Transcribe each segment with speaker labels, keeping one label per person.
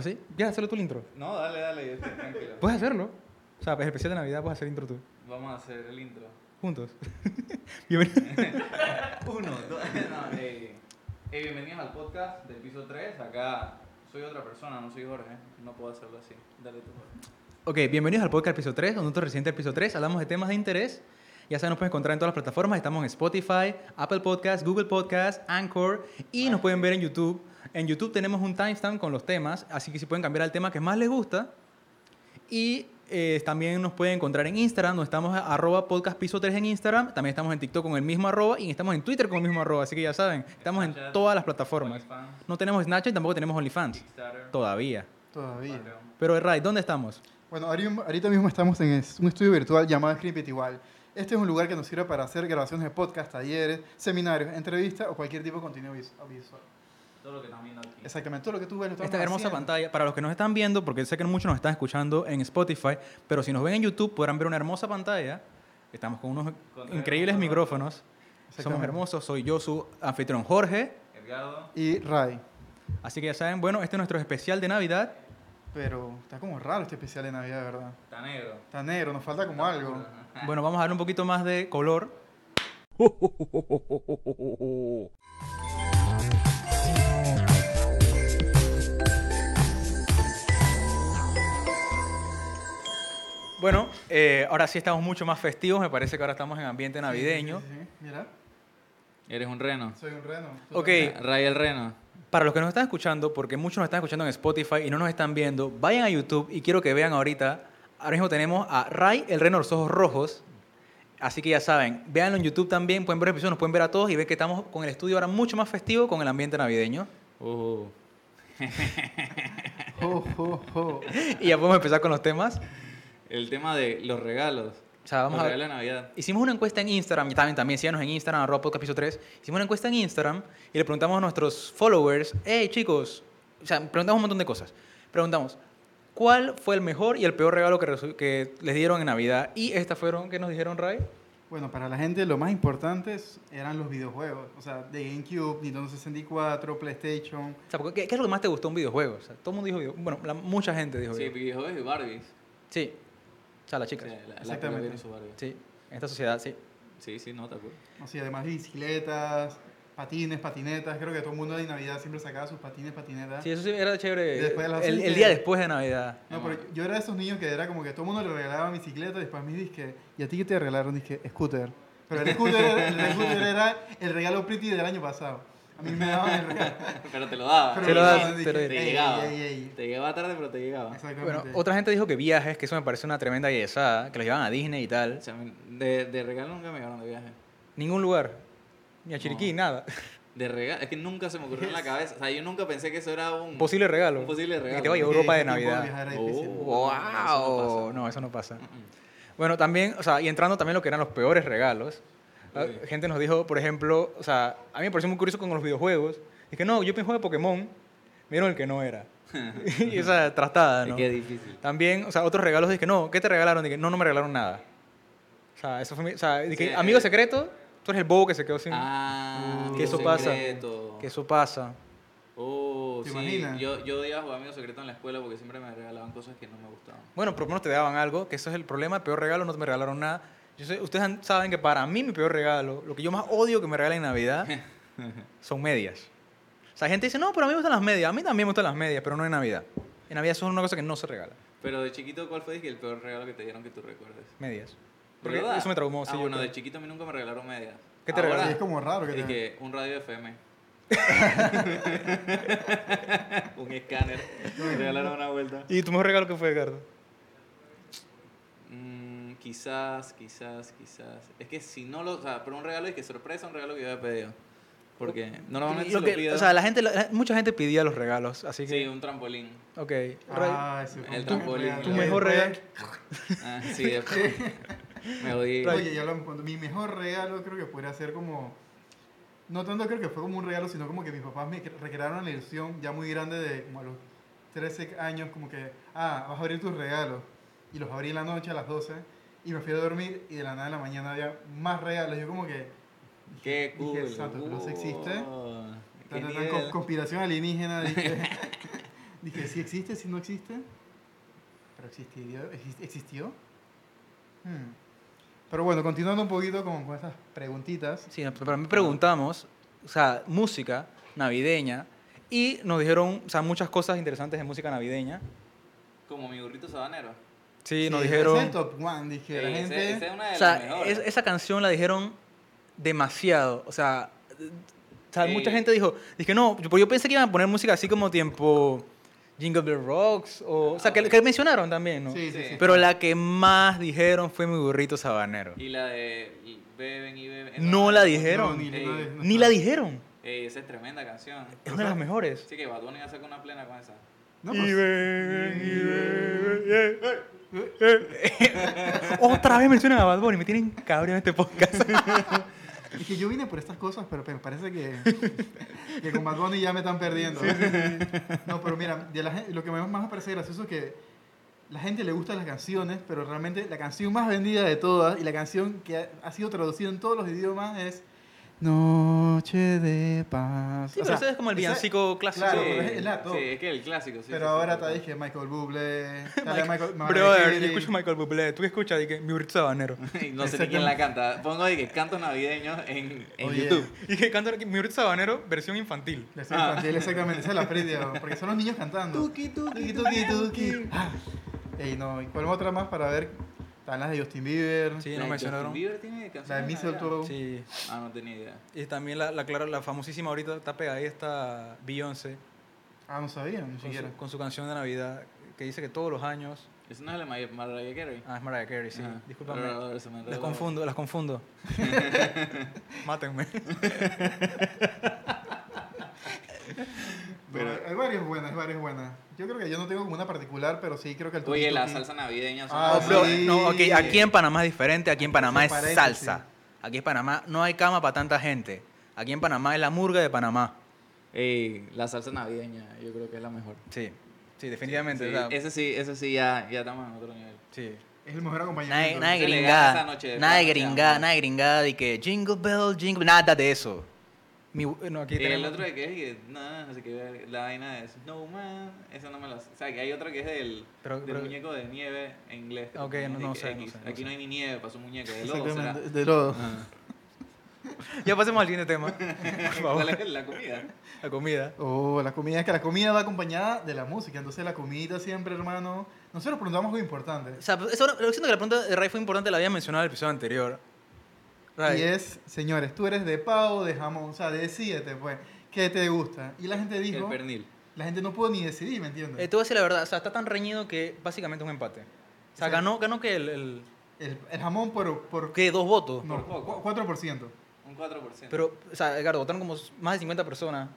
Speaker 1: ¿sí? ¿Quieres hacerlo tú el intro?
Speaker 2: No, dale, dale, yo estoy tranquilo.
Speaker 1: Puedes hacerlo. O sea, pues, el especial de Navidad puedes hacer intro tú.
Speaker 2: Vamos a hacer el intro.
Speaker 1: Juntos. Bienvenido.
Speaker 2: Uno, dos. No, eh, eh, bienvenidos al podcast del piso 3. Acá soy otra persona, no soy Jorge. No puedo hacerlo así. Dale tú, Jorge.
Speaker 1: Ok, bienvenidos al podcast Piso 3, donde nosotros reciente Piso 3 hablamos de temas de interés. Ya saben, nos pueden encontrar en todas las plataformas. Estamos en Spotify, Apple Podcast, Google Podcast, Anchor y nos pueden ver en YouTube. En YouTube tenemos un timestamp con los temas, así que si pueden cambiar al tema que más les gusta. Y eh, también nos pueden encontrar en Instagram, donde estamos a- arroba podcast piso 3 en Instagram. También estamos en TikTok con el mismo arroba y estamos en Twitter con el mismo arroba, así que ya saben, estamos en
Speaker 2: Snapchat,
Speaker 1: todas las plataformas.
Speaker 2: OnlyFans,
Speaker 1: No tenemos Snapchat y tampoco tenemos OnlyFans.
Speaker 2: Kickstarter,
Speaker 1: Todavía.
Speaker 3: Todavía.
Speaker 2: Patreon.
Speaker 1: Pero, Ray, ¿dónde estamos?
Speaker 3: Bueno, ahori- ahorita mismo estamos en es- un estudio virtual llamado Scripit igual. Este es un lugar que nos sirve para hacer grabaciones de podcast, talleres, seminarios, entrevistas o cualquier tipo de contenido vis- visual.
Speaker 2: Todo lo que están viendo aquí.
Speaker 3: Exactamente, todo lo que tú ves lo estamos
Speaker 1: Esta hermosa
Speaker 3: haciendo.
Speaker 1: pantalla, para los que nos están viendo, porque sé que muchos nos están escuchando en Spotify, pero si nos ven en YouTube podrán ver una hermosa pantalla. Estamos con unos
Speaker 2: Con tres
Speaker 1: increíbles micrófonos. Somos
Speaker 3: Exactamente.
Speaker 1: hermosos. Soy yo, su anfitrión Jorge.
Speaker 2: Edgardo.
Speaker 3: Y Ray.
Speaker 1: Así que ya saben, bueno, este es nuestro especial de Navidad.
Speaker 3: Pero está como raro este especial de Navidad, ¿verdad?
Speaker 2: Está negro.
Speaker 3: Está negro, nos falta como algo.
Speaker 1: Bueno, vamos a darle un poquito más de color. Bueno, eh, ahora sí estamos mucho más festivos, me parece que ahora estamos en ambiente navideño.
Speaker 3: Sí, sí, sí, sí. Mira,
Speaker 2: Eres un reno.
Speaker 3: soy un reno.
Speaker 1: Ok.
Speaker 2: Ray el reno.
Speaker 1: Para los que nos están escuchando, porque muchos nos están escuchando en Spotify y no nos están viendo, vayan a YouTube y quiero que vean ahorita. Ahora mismo tenemos a Ray, el reno de los ojos rojos. Así que ya saben, véanlo en YouTube también, pueden ver el episodio, nos pueden ver a todos y ver que estamos con el estudio ahora mucho más festivo con el ambiente navideño.
Speaker 2: Uh.
Speaker 3: Jo, jo, jo.
Speaker 1: Y ya podemos empezar con los temas.
Speaker 2: El tema de los regalos.
Speaker 1: O sea, vamos
Speaker 2: los
Speaker 1: a ver.
Speaker 2: regalos de Navidad.
Speaker 1: Hicimos una encuesta en Instagram, y también, también síganos en Instagram, arroba podcast piso 3. Hicimos una encuesta en Instagram y le preguntamos a nuestros followers, hey chicos, o sea, preguntamos un montón de cosas. Preguntamos, ¿cuál fue el mejor y el peor regalo que, resu- que les dieron en Navidad? Y estas fueron, ¿qué nos dijeron, Ray?
Speaker 3: Bueno, para la gente lo más importante eran los videojuegos. O sea, de GameCube, Nintendo 64, PlayStation.
Speaker 1: O sea, porque, ¿qué, qué es lo que más te gustó un videojuego? O sea, todo el mundo dijo videojuego. Bueno, la- mucha gente dijo
Speaker 2: Sí,
Speaker 1: videojuego.
Speaker 2: videojuegos y Barbies.
Speaker 1: Sí. O sea, las
Speaker 2: Sí,
Speaker 1: chicas.
Speaker 2: Eh, la- la,
Speaker 3: Exactamente.
Speaker 2: pelota tiene su Barbie.
Speaker 1: Sí. En esta sociedad, sí.
Speaker 2: Sí, sí, no, te acuerdo.
Speaker 3: O sea, además bicicletas, patines, patinetas. Creo que todo el mundo de Navidad siempre sacaba sus patines, patinetas.
Speaker 1: Sí, eso sí era chévere.
Speaker 3: Después de las
Speaker 1: el,
Speaker 3: cinco.
Speaker 1: el día después de Navidad.
Speaker 3: No, pero yo era de esos niños que era como que todo el mundo le regalaba bicicleta y después me dije, ¿y a ti qué te regalaron? Dije, scooter. Pero el scooter, era- el scooter era el regalo pretty del año pasado. A mí me daban el regalo.
Speaker 2: Pero te lo daba.
Speaker 1: Ah,
Speaker 3: Pero
Speaker 1: Se lo
Speaker 3: me
Speaker 1: das,
Speaker 3: daban,
Speaker 1: te lo
Speaker 3: dije,
Speaker 1: das.
Speaker 2: Te
Speaker 3: "Ey,
Speaker 2: llegaba.
Speaker 3: ey, ey".
Speaker 2: Te llegaba tarde, pero te llegaba.
Speaker 1: Bueno,
Speaker 3: Exactamente.
Speaker 1: otra gente dijo que viajes, que eso me parece una tremenda bellezada, que los llevan a Disney y tal.
Speaker 2: O sea, me- de, de regalo nunca me llevaron de viaje.
Speaker 1: Ningún lugar. Ni a Chiriquí, nada.
Speaker 2: De regalo, es que nunca se me ocurrió en la cabeza. O sea, yo nunca pensé que eso era un.
Speaker 1: Un posible regalo.
Speaker 2: Un posible regalo.
Speaker 1: Que te vaya a
Speaker 3: Porque
Speaker 1: Europa de
Speaker 3: ese tiempo
Speaker 1: Navidad.
Speaker 3: viajar era difícil.
Speaker 2: Oh.
Speaker 1: ¡Wow!
Speaker 2: Eso no
Speaker 1: No, eso no pasa. Bueno, también, o sea, y entrando también lo que eran los peores regalos. la
Speaker 2: Uy.
Speaker 1: Gente nos dijo, por ejemplo, o sea, a mí me pareció muy curioso con los videojuegos. Es que no, yo pensé de Pokémon, vieron el que no era. y esa trastada,
Speaker 2: Es
Speaker 1: ¿no?
Speaker 2: que es difícil.
Speaker 1: También, o sea, otros regalos, dije, no, ¿qué te regalaron? Dije, no, no me regalaron nada. O sea, eso fue mi, o sea, dije,
Speaker 2: Sí,
Speaker 1: amigo
Speaker 2: eh.
Speaker 1: secreto, tú eres el bobo que se quedó sin...
Speaker 2: Ah,
Speaker 1: Mm, que eso
Speaker 2: un
Speaker 1: pasa.
Speaker 2: secreto.
Speaker 1: Que eso pasa.
Speaker 2: Oh,
Speaker 3: ¿Te
Speaker 2: sí.
Speaker 3: imaginas?
Speaker 2: Yo, yo odiaba jugar amigos secretos en la escuela porque siempre me regalaban cosas que no me gustaban.
Speaker 1: Bueno, por lo menos te daban algo, que eso es el problema, el peor regalo, no te me regalaron nada. Yo sé- ustedes han- saben que para mí mi peor regalo, lo que yo más odio que me regalen en Navidad, son medias. O sea, hay gente que dice, no, pero a mí me gustan las medias, a mí también me gustan las medias, pero no en Navidad. En Navidad eso es una cosa que no se regala,
Speaker 2: Pero de chiquito, ¿cuál fue dizque, el peor regalo que te dieron que tú recuerdes?
Speaker 1: medias. Porque
Speaker 2: ¿Verdad?
Speaker 1: eso me traumó,
Speaker 2: Ah,
Speaker 1: sí, yo
Speaker 2: bueno,
Speaker 1: creo.
Speaker 2: de chiquito a mí nunca me regalaron medias.
Speaker 1: ¿Qué te
Speaker 2: Ahora,
Speaker 1: regalaron?
Speaker 3: Sí, es como raro que
Speaker 2: Y
Speaker 3: te...
Speaker 2: que un radio FM. un escáner. Me regalaron una vuelta.
Speaker 1: ¿Y tu mejor regalo que fue, Edgardo?
Speaker 2: Mm, quizás, quizás, quizás. Es que si no lo. O sea, pero un regalo es que sorpresa, un regalo que yo había pedido. Porque normalmente
Speaker 1: Lo
Speaker 2: se
Speaker 1: que-
Speaker 2: lo pido.
Speaker 1: o sea, la gente, la- mucha gente pedía los regalos, así
Speaker 2: sí,
Speaker 1: que...
Speaker 2: un trampolín.
Speaker 1: Ok.
Speaker 3: Ah, ese fue
Speaker 2: El
Speaker 3: un
Speaker 2: trampolín.
Speaker 3: regalo.
Speaker 2: Tu
Speaker 1: mejor regalo.
Speaker 2: Ah, sí, después. me odié.
Speaker 1: Right.
Speaker 3: Oye, ya hablamos cuando mi mejor regalo creo que podría ser como no tanto creo que fue como un regalo, sino como que mis papás me cre- recrearon una ilusión ya muy grande de como a los 13 años como que ah, vas a abrir tus regalos y los abrí en la noche a las 12 y me fui a dormir y de la nada de la mañana había más regalos. Yo como que
Speaker 2: Qué
Speaker 3: Dije,
Speaker 2: cool.
Speaker 3: santo, pero eso existe.
Speaker 2: wow. ¿Qué
Speaker 3: tan, tan, tan,
Speaker 2: nivel?
Speaker 3: con- conspiración alienígena dije, Dije, si existe, si no existe. Pero existió. exis- ¿Existió? Hmm. Pero bueno, continuando un poquito con, con esas preguntitas.
Speaker 1: Sí, para mí preguntamos, o sea, música navideña y nos dijeron, o sea, muchas cosas interesantes de música navideña.
Speaker 2: Como mi burrito sabanero.
Speaker 1: Sí, nos
Speaker 3: Sí,
Speaker 1: dijeron.
Speaker 3: ese Es el top one, dije. la
Speaker 2: Ey, ese-
Speaker 3: gente.
Speaker 2: esa es una de
Speaker 1: O
Speaker 2: las
Speaker 1: sea,
Speaker 2: mejores.
Speaker 1: es- esa canción la dijeron demasiado. O sea, eh, o sea,
Speaker 2: Sí.
Speaker 1: mucha gente dijo, dije, no, yo, yo pensé que iban a poner música así como tiempo Jingle Bell Rocks, o, o sea, que, que mencionaron también, ¿no?
Speaker 3: Sí, sí, sí.
Speaker 1: Pero la que más dijeron fue Mi Burrito Sabanero.
Speaker 2: Y la de y Beben y Beben. esa
Speaker 1: No
Speaker 2: no-
Speaker 1: la dijeron.
Speaker 3: No, ni,
Speaker 2: Ey.
Speaker 3: no es- no
Speaker 1: Ni
Speaker 3: está.
Speaker 1: la dijeron.
Speaker 2: Ey, Eh, esa es tremenda canción.
Speaker 1: Es una de las mejores.
Speaker 2: Así que Bad Bunny va a sacar una plena con esa.
Speaker 3: No,
Speaker 1: Y
Speaker 3: pues-
Speaker 1: ven, y ven, eh, eh, eh. Otra vez mencionan a Bad Bunny, me tienen cabrón en este podcast.
Speaker 3: Es que yo vine por estas cosas, pero me parece que, que con Bad Bunny ya me están perdiendo. No, pero mira, de la gen- lo que más más me parece gracioso es que la gente le gustan las canciones, pero realmente la canción más vendida de todas y la canción que ha, ha sido traducida en todos los idiomas es Noche de Paz.
Speaker 1: Sí,
Speaker 3: O
Speaker 1: pero
Speaker 3: sea,
Speaker 1: ese es como el
Speaker 3: esa-
Speaker 1: villancico clásico.
Speaker 3: Claro,
Speaker 2: sí,
Speaker 3: pero es- es la top.
Speaker 2: Sí, es que el clásico, sí.
Speaker 3: pero
Speaker 2: sí,
Speaker 3: ahora
Speaker 2: sí,
Speaker 3: te
Speaker 2: sí.
Speaker 3: dije Michael Bublé, dale a Michael, Mariah
Speaker 1: Brother, yo
Speaker 3: Carey.
Speaker 1: escucho Michael Bublé. ¿Tú qué escuchas? Dije, mi burrito sabanero.
Speaker 2: Y no sé ni quién la canta. Pongo de que cantos navideños en, en
Speaker 3: Oye,
Speaker 2: YouTube.
Speaker 1: Dije, canto aquí, mi burrito sabanero, versión infantil.
Speaker 3: La escena infantil, exactamente, esa es la pérdida, porque son los niños cantando. Tuki, tuki, tuki, tuki. Ah. Ey, no, ¿y cuál otra más para ver? Están las de Justin
Speaker 1: Sí,
Speaker 2: La
Speaker 3: Bieber,
Speaker 1: nos
Speaker 2: de Justin
Speaker 1: mencionaron.
Speaker 2: Bieber tiene
Speaker 3: la de
Speaker 2: canciones navideñas.
Speaker 3: Mistletoe.
Speaker 1: Sí.
Speaker 2: Ah, no tenía idea.
Speaker 1: Y también la, la, clara- la famosísima ahorita está pegada ahí está Beyoncé.
Speaker 3: Ah, no sabía, ni
Speaker 1: Con
Speaker 3: siquiera.
Speaker 1: su, con su canción de Navidad que dice que todos los años.
Speaker 2: ¿Eso no es la de Mar- Mariah Carey?
Speaker 1: Ah, es Mariah Carey, sí.
Speaker 2: Ajá. Ahora-
Speaker 1: Discúlpame.
Speaker 2: ahora se me
Speaker 1: Las
Speaker 2: enredó.
Speaker 1: confundo, las confundo. Mátenme.
Speaker 3: Pero hay varias buenas, hay varias buenas. Yo creo que yo no tengo como una particular, pero sí creo que el tuki,
Speaker 2: Oye, la
Speaker 3: tuki.
Speaker 2: salsa navideña.
Speaker 3: Ah,
Speaker 2: son-
Speaker 1: No,
Speaker 3: sí.
Speaker 1: no, ok, aquí en Panamá es diferente, aquí en Panamá es
Speaker 3: paréntesis.
Speaker 1: salsa. Aquí en Panamá no hay cama para tanta gente. Aquí en Panamá es la murga de Panamá.
Speaker 2: Ey, la salsa navideña, yo creo que es la mejor.
Speaker 1: Sí, sí, definitivamente.
Speaker 2: Sí,
Speaker 1: o sea,
Speaker 2: ese sí, ese sí ya, ya estamos en otro nivel.
Speaker 1: sí.
Speaker 3: Es el mejor acompañamiento.
Speaker 1: Nada, nada de
Speaker 2: se le gana
Speaker 1: gringada.
Speaker 2: esa noche de
Speaker 1: Nada de
Speaker 2: plata,
Speaker 1: gringada,
Speaker 2: amor.
Speaker 1: nada de gringada. Y que jingle bell, jingle Nada de eso. Mi, no, aquí
Speaker 2: Y el
Speaker 1: tenemos-
Speaker 2: otro de que es que, no, no sé qué, la vaina de Snowman, esa no me la sé. O sea, que hay otra que es del,
Speaker 1: Pero-
Speaker 2: del
Speaker 1: pero-
Speaker 2: muñeco de nieve en inglés. que
Speaker 1: Ok,
Speaker 2: ponen
Speaker 1: no-
Speaker 2: de
Speaker 1: no
Speaker 2: que
Speaker 1: sé, no
Speaker 2: X.
Speaker 1: sé, no
Speaker 2: Aquí
Speaker 1: sé.
Speaker 2: no hay ni nieve para su muñeco, de lodo será.
Speaker 3: Exactamente, de lodo.
Speaker 2: Ah.
Speaker 1: Ya pasemos al siguiente tema. Por
Speaker 2: ¿Cuál
Speaker 1: favor.
Speaker 2: es la comida?
Speaker 1: La comida.
Speaker 3: Oh, la comida, es que la comida va acompañada de la música, entonces la comida siempre, hermano. Nosotros preguntamos algo importante.
Speaker 1: O sea, eso, yo siento que la pregunta de Ray fue importante, la había mencionado en el episodio anterior. Ray.
Speaker 3: Y es, señores, tú eres de pavo o de jamón, o sea, decídete, pues, ¿qué te gusta? Y la gente
Speaker 2: El
Speaker 3: dijo,
Speaker 2: pernil.
Speaker 3: la gente no pudo ni decidir, ¿me
Speaker 1: Eh,
Speaker 3: entiendes?
Speaker 1: te voy a decir la verdad, o sea, está tan reñido que básicamente es un empate. O sea,
Speaker 3: Sí.
Speaker 1: ganó, ganó que el, el-
Speaker 3: El, el jamón por, por
Speaker 1: que dos votos.
Speaker 3: no,
Speaker 2: Por poco.
Speaker 3: cu- 4%.
Speaker 2: Un 4%.
Speaker 1: Pero, o sea, Edgardo, votaron como más de 50 personas.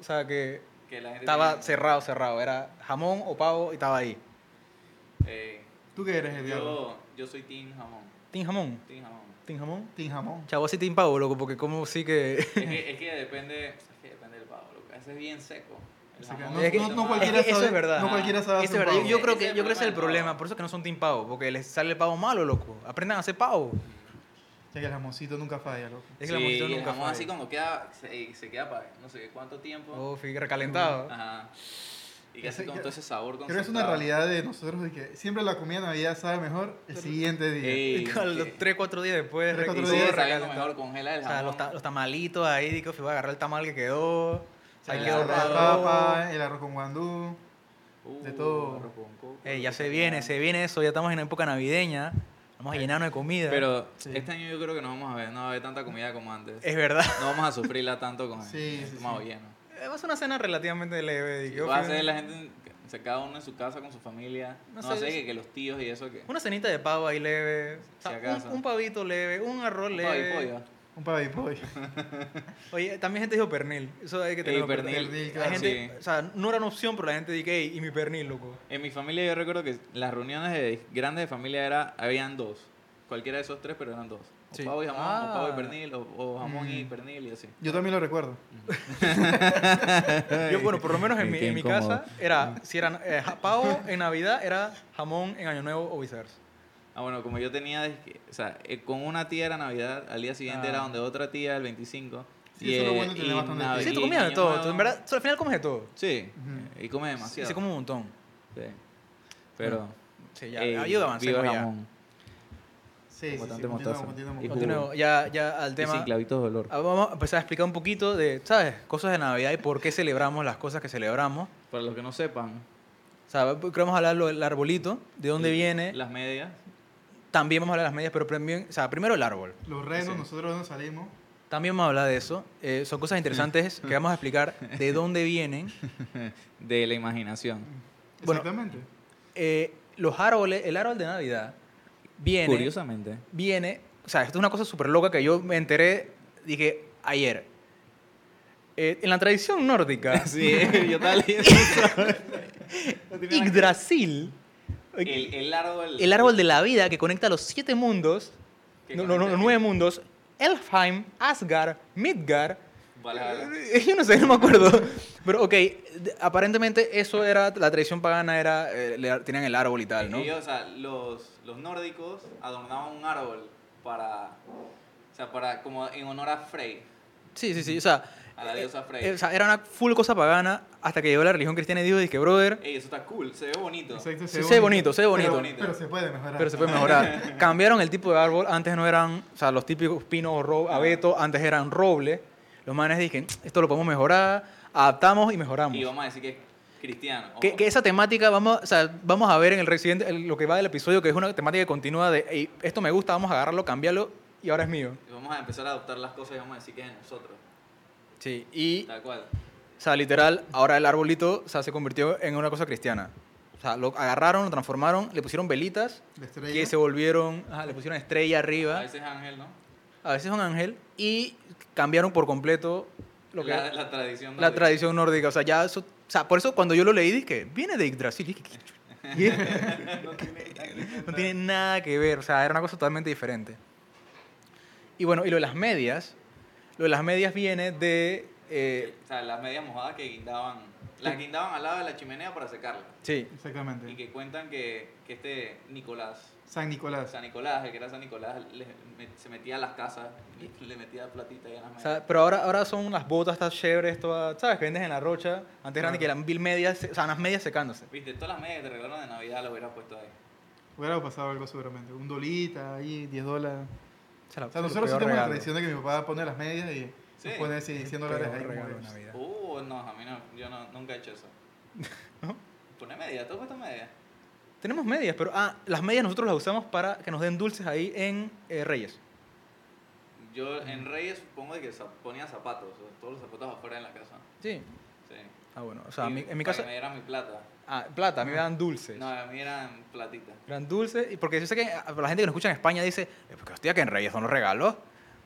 Speaker 1: O sea, que
Speaker 2: que la gente
Speaker 1: estaba
Speaker 2: tiene-
Speaker 1: cerrado, cerrado. Era jamón o pavo y estaba ahí.
Speaker 2: Eh,
Speaker 3: ¿Tú qué eres, Edgardo?
Speaker 2: yo, yo soy Team Jamón.
Speaker 1: ¿Tin jamón?
Speaker 2: Team Jamón.
Speaker 1: ¿Tin jamón?
Speaker 3: Team jamón.
Speaker 1: Chavo, así tin pavo, loco, porque como sí que...
Speaker 2: Es que, es que depende, es que depende del pavo, loco. Ese es bien seco. El
Speaker 3: Así que
Speaker 2: jamón
Speaker 3: no,
Speaker 1: Es que-
Speaker 3: no- no
Speaker 1: es que
Speaker 3: cualquiera
Speaker 1: eso
Speaker 3: sabe,
Speaker 1: es verdad.
Speaker 3: No cualquiera sabe
Speaker 1: Eso
Speaker 3: hacer
Speaker 1: es verdad.
Speaker 3: un
Speaker 1: Yo, yo
Speaker 3: pavo.
Speaker 1: creo
Speaker 2: Ese
Speaker 1: que,
Speaker 2: es el
Speaker 1: yo creo que ese es el
Speaker 2: problema del
Speaker 1: problema.
Speaker 2: pavo.
Speaker 1: Por eso es que no son tin pavo, porque les sale el pavo malo, loco. Aprendan a hacer pavo.
Speaker 3: O sea, que el jamoncito nunca falla, loco.
Speaker 1: Es que la mojito
Speaker 2: Sí, el
Speaker 1: nunca
Speaker 2: jamón
Speaker 1: falla.
Speaker 2: así como queda, se, se queda para no sé cuánto tiempo.
Speaker 1: Oh, fui recalentado.
Speaker 3: Ah,
Speaker 2: Ajá. Y que
Speaker 3: Ese-
Speaker 2: hace con
Speaker 3: yo-
Speaker 2: todo ese sabor
Speaker 3: Creo que es una realidad de nosotros de que siempre la comida de Navidad sabe mejor el siguiente día.
Speaker 1: Y
Speaker 2: Y
Speaker 1: con los 3, 4 días después,
Speaker 3: Tres, cuatro
Speaker 1: y
Speaker 2: Y
Speaker 1: todo
Speaker 3: días
Speaker 2: sigue sabiendo
Speaker 1: recalentado.
Speaker 2: mejor congela el
Speaker 1: O sea,
Speaker 2: jamón.
Speaker 1: los, ta- los tamalitos ahí, digo, fui voy a agarrar el tamal que quedó.
Speaker 3: O sea,
Speaker 1: Ahí
Speaker 3: la
Speaker 1: quedó
Speaker 3: salsa de
Speaker 1: raro.
Speaker 3: papa, el arroz con guandú.
Speaker 2: Uh,
Speaker 3: de todo.
Speaker 2: arroz con coco,
Speaker 1: Ey, Eh, ya
Speaker 2: arroz
Speaker 1: se
Speaker 2: con
Speaker 1: viene,
Speaker 2: coco.
Speaker 1: se viene eso. Ya estamos en época navideña. Vamos a llenarnos de comida.
Speaker 2: Eh, Pero
Speaker 3: Sí.
Speaker 2: este año yo creo que no vamos a ver, no va a haber tanta comida como antes.
Speaker 1: es verdad.
Speaker 2: No vamos a sufrirla tanto con el
Speaker 3: Sí, sí,
Speaker 2: estómago
Speaker 3: sí.
Speaker 2: lleno.
Speaker 1: Eh, Va a ser una cena relativamente leve. digo,
Speaker 2: va a
Speaker 1: fui-
Speaker 2: ser la gente, en- o sea, cada uno en su casa con su familia.
Speaker 1: No
Speaker 2: No,
Speaker 1: sé,
Speaker 2: sé,
Speaker 1: es-
Speaker 2: que, que los tíos y eso que.
Speaker 1: Una cenita de pavo ahí leve. O sea, un-
Speaker 2: Si acaso.
Speaker 1: un, pavito leve, un arroz
Speaker 2: Un
Speaker 1: leve.
Speaker 2: pavipollo.
Speaker 3: Un pavipoy.
Speaker 1: Oye, también gente dijo pernil. Eso hay que
Speaker 2: Ey,
Speaker 1: tenerlo
Speaker 2: pernil, ah,
Speaker 1: presente.
Speaker 3: claro,
Speaker 1: Hay gente,
Speaker 2: sí.
Speaker 1: O sea, no era una opción, pero la gente dijo, ey, y mi pernil, loco.
Speaker 2: En mi familia yo recuerdo que las reuniones de grandes de familia era, habían dos. Cualquiera de esos tres, pero eran dos. O
Speaker 1: Sí.
Speaker 2: pavo y jamón,
Speaker 1: Ah.
Speaker 2: o pavo y pernil, o, o jamón y
Speaker 3: Mm.
Speaker 2: pernil y así.
Speaker 3: Yo también lo recuerdo.
Speaker 1: Yo, bueno, por lo menos en
Speaker 2: Ey,
Speaker 1: mi,
Speaker 2: qué
Speaker 1: en mi
Speaker 2: incómodo.
Speaker 1: casa era, si era eh, ja- pavo en Navidad, era jamón en Año Nuevo o viceversa.
Speaker 2: Ah, bueno, como yo tenía, de que- o sea, eh, con una tía era Navidad, al día siguiente
Speaker 1: Ah.
Speaker 2: era donde otra tía, el 25.
Speaker 3: Sí, eso es lo bueno de tener
Speaker 2: y
Speaker 3: bastante
Speaker 2: nada,
Speaker 3: tiempo.
Speaker 1: Sí, tú
Speaker 2: Ah, y-
Speaker 1: comías de
Speaker 2: y
Speaker 1: todo.
Speaker 2: llamaba-
Speaker 1: tú en verdad, tú al final comes de todo.
Speaker 2: Sí, eh,
Speaker 3: Ujú.
Speaker 2: y come
Speaker 1: Sí,
Speaker 2: demasiado.
Speaker 1: se come un montón.
Speaker 2: Sí. Pero.
Speaker 1: Sí, ya.
Speaker 2: ey,
Speaker 1: ayuda a avanzar.
Speaker 2: viva
Speaker 1: ya.
Speaker 2: jamón.
Speaker 3: Sí, sí, sí,
Speaker 2: Bastante
Speaker 3: continuamos,
Speaker 2: mostaza.
Speaker 3: continuamos.
Speaker 2: Y jugo.
Speaker 1: Continuemos, ya, ya al
Speaker 2: Y sin
Speaker 1: tema.
Speaker 2: clavitos de olor.
Speaker 1: Ah, Vamos a empezar a explicar un poquito de, ¿sabes? Cosas de Navidad y por qué celebramos las cosas que celebramos.
Speaker 2: Para los que no sepan,
Speaker 1: O sea, creo que vamos a hablar lo del arbolito, de dónde viene.
Speaker 2: las medias.
Speaker 1: También vamos a hablar de las medias, pero también, o sea, primero el árbol.
Speaker 3: Los renos, nosotros nos salimos.
Speaker 1: También vamos a hablar de eso. Eh, son cosas interesantes
Speaker 2: Mm.
Speaker 1: que vamos a explicar de dónde vienen.
Speaker 2: De la imaginación.
Speaker 1: Bueno,
Speaker 3: Exactamente.
Speaker 1: Eh, los árboles, el árbol de Navidad viene,
Speaker 2: Curiosamente.
Speaker 1: viene, o sea, esto es una cosa súper loca que yo me enteré, dije, ayer. Eh, en la tradición nórdica,
Speaker 2: Sí, yo estaba leyendo eso.
Speaker 1: Yggdrasil,
Speaker 2: El, el árbol.
Speaker 1: el árbol de la vida que conecta los siete mundos,
Speaker 2: Que
Speaker 1: no, no, no,
Speaker 2: conecta-
Speaker 1: nueve mundos, Elfheim, Asgard, Midgard,
Speaker 2: Vale, vale.
Speaker 1: Yo no sé, no me acuerdo. Pero, ok, de- aparentemente eso era, la tradición pagana era, eh, le- tenían el árbol y tal, ¿no?
Speaker 2: Ellos, o sea, los, los nórdicos adornaban un árbol para. O sea, para, como en honor a Frey.
Speaker 1: Sí, sí, sí, o sea...
Speaker 2: A la
Speaker 1: eh,
Speaker 2: diosa Frey.
Speaker 1: eh, o sea, era una full cosa pagana hasta que llegó la religión cristiana y dijo, dije, brother,
Speaker 2: Ey, eso está cool, se ve bonito.
Speaker 3: Exacto,
Speaker 1: Sí, se ve bonito, se ve
Speaker 3: Pero-
Speaker 1: bonito.
Speaker 3: Pero, se puede mejorar.
Speaker 1: pero se puede mejorar. Cambiaron el tipo de árbol, antes no eran, o sea, los típicos pinos o ro- abeto, antes eran roble. Los manes dije, esto lo podemos mejorar, adaptamos y mejoramos.
Speaker 2: Y vamos a decir que es cristiano.
Speaker 1: Que,
Speaker 2: ojo.
Speaker 1: que esa temática vamos, o sea, vamos a ver en el Resident, el- lo que va del episodio, que es una temática que continúa de "Ey, esto me gusta, vamos a agarrarlo, cambiarlo y ahora es mío.
Speaker 2: Y Vamos a empezar a adoptar las cosas y vamos a decir que es de nosotros.
Speaker 1: Sí, y, o
Speaker 2: Tal cual.
Speaker 1: sea, literal, ahora el arbolito o sea, se convirtió en una cosa cristiana. O sea, lo agarraron, lo transformaron, le pusieron velitas,
Speaker 3: La estrella.
Speaker 1: que se volvieron, ajá, le pusieron estrella
Speaker 2: A
Speaker 1: arriba,
Speaker 2: veces Ángel, ¿no?
Speaker 1: a veces un ángel, y cambiaron por completo lo que
Speaker 2: la, la tradición.
Speaker 1: la
Speaker 2: nórdica.
Speaker 1: tradición nórdica. O sea, ya eso, o sea, por eso cuando yo lo leí dije, viene de Yggdrasil. Dije, "¿Qué chucha?
Speaker 2: no tiene,
Speaker 1: No tiene nada que ver, o sea, era una cosa totalmente diferente. Y bueno, y lo de las medias, lo de las medias viene de... eh,
Speaker 2: O sea, las medias mojadas que guindaban. Las guindaban al lado de la chimenea para secarlas.
Speaker 1: sí,
Speaker 2: Y
Speaker 3: Exactamente.
Speaker 2: que cuentan que, que este Nicolás,
Speaker 3: San Nicolás.
Speaker 2: San Nicolás, el que era San Nicolás, le- me- se metía a las casas, le, le metía platita y a las
Speaker 1: o
Speaker 2: medias.
Speaker 1: sea, pero ahora, ahora son las botas, estas chéveres, todas, ¿sabes? Que vendes en la rocha. Antes eran de que eran mil medias, o sea, unas medias secándose.
Speaker 2: Viste, todas las medias que te regalaron de Navidad las hubieras puesto ahí.
Speaker 3: Hubiera pasado algo seguramente. Un dolita ahí, 10 dólares.
Speaker 1: O sea, la-
Speaker 3: O sea,
Speaker 1: el
Speaker 3: nosotros sí
Speaker 1: peor
Speaker 3: tenemos la
Speaker 1: regalo.
Speaker 3: tradición de que mi papá pone las medias y
Speaker 2: Sí.
Speaker 3: nos pone sí, 100
Speaker 1: El
Speaker 3: dólares
Speaker 1: peor
Speaker 3: ahí. como
Speaker 1: regalo
Speaker 3: que-
Speaker 1: de Navidad.
Speaker 2: Uh, no, a mí no, yo no, nunca he hecho eso.
Speaker 1: ¿No?
Speaker 2: Pone media, todo puesto media.
Speaker 1: Tenemos medias, pero ah, las medias nosotros las usamos para que nos den dulces ahí en eh, Reyes.
Speaker 2: Yo
Speaker 1: Mm.
Speaker 2: en Reyes supongo de que sa- ponía zapatos, o todos los zapatos afuera en la casa.
Speaker 1: Sí.
Speaker 2: Sí.
Speaker 1: Ah, bueno, o sea,
Speaker 2: Y
Speaker 1: a mí- en mi
Speaker 2: para
Speaker 1: casa...
Speaker 2: que me dieran mi plata.
Speaker 1: Ah, plata, a mí me dan dulces.
Speaker 2: No, a mí eran platita.
Speaker 1: Gran dulce. Y porque yo sé que a- la gente que nos escucha en España dice, "Eh, porque hostia, que en Reyes son los regalos.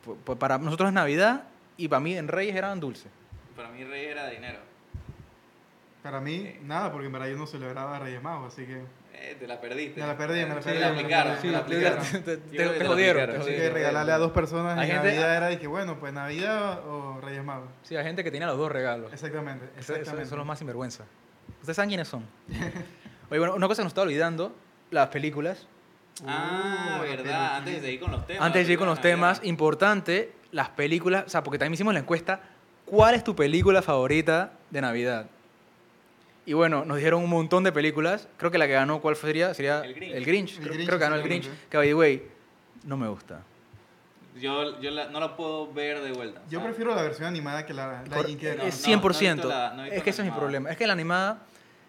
Speaker 1: Pu- Pues para nosotros es Navidad y para mí en Reyes eran dulces.
Speaker 2: Para mí Reyes era dinero.
Speaker 3: Para mí,
Speaker 2: Sí.
Speaker 3: nada, porque en verdad yo no celebraba Reyes Magos, así que.
Speaker 2: Eh, te la perdiste.
Speaker 3: Me la perdí, me la
Speaker 2: Sí,
Speaker 3: perdí,
Speaker 2: la
Speaker 3: me la
Speaker 2: aplicaron,
Speaker 3: perdí.
Speaker 2: me la
Speaker 3: Sí, la
Speaker 2: aplicaron.
Speaker 1: Te, te-
Speaker 2: Yo creo que
Speaker 1: te
Speaker 2: te la
Speaker 1: jodieron.
Speaker 2: aplicaron,
Speaker 1: te
Speaker 2: sí.
Speaker 3: Así
Speaker 1: jodieron.
Speaker 3: que regalarle a dos personas
Speaker 1: Hay
Speaker 3: en
Speaker 1: gente-
Speaker 3: Navidad era de que, bueno, pues Navidad o Reyes Magos.
Speaker 1: Sí, hay gente que tenía los dos regalos.
Speaker 3: Exactamente,
Speaker 1: Eso- eso-
Speaker 3: exactamente.
Speaker 1: son los más sinvergüenza. ¿Ustedes saben quiénes son? Oye, bueno, una cosa que nos está olvidando, las películas.
Speaker 2: Ah,
Speaker 3: Uh,
Speaker 2: verdad,
Speaker 3: pero-
Speaker 2: antes de seguir con los temas.
Speaker 1: Antes de ir con los temas,
Speaker 2: Navidad.
Speaker 1: importante, las películas, o sea, porque también hicimos la encuesta, ¿cuál es tu película favorita de Navidad? Y bueno, nos dijeron un montón de películas, creo que la que ganó, ¿cuál sería? Sería
Speaker 2: El Grinch.
Speaker 1: Grinch,
Speaker 3: El
Speaker 1: creo,
Speaker 3: Grinch,
Speaker 1: creo que ganó el Grinch,
Speaker 3: exactamente.
Speaker 1: que by the way, no me gusta.
Speaker 2: Yo, yo la- no la puedo ver de vuelta. o
Speaker 3: Yo
Speaker 2: sea,
Speaker 3: prefiero la versión animada que la, la
Speaker 1: Ah. Cor- eh,
Speaker 3: Jim
Speaker 1: es
Speaker 2: no, no,
Speaker 3: Carrey.
Speaker 2: no he visto
Speaker 1: 100%.
Speaker 2: la- no he visto
Speaker 1: es que ese
Speaker 2: la
Speaker 1: es mi
Speaker 2: animada.
Speaker 1: problema, es que la animada,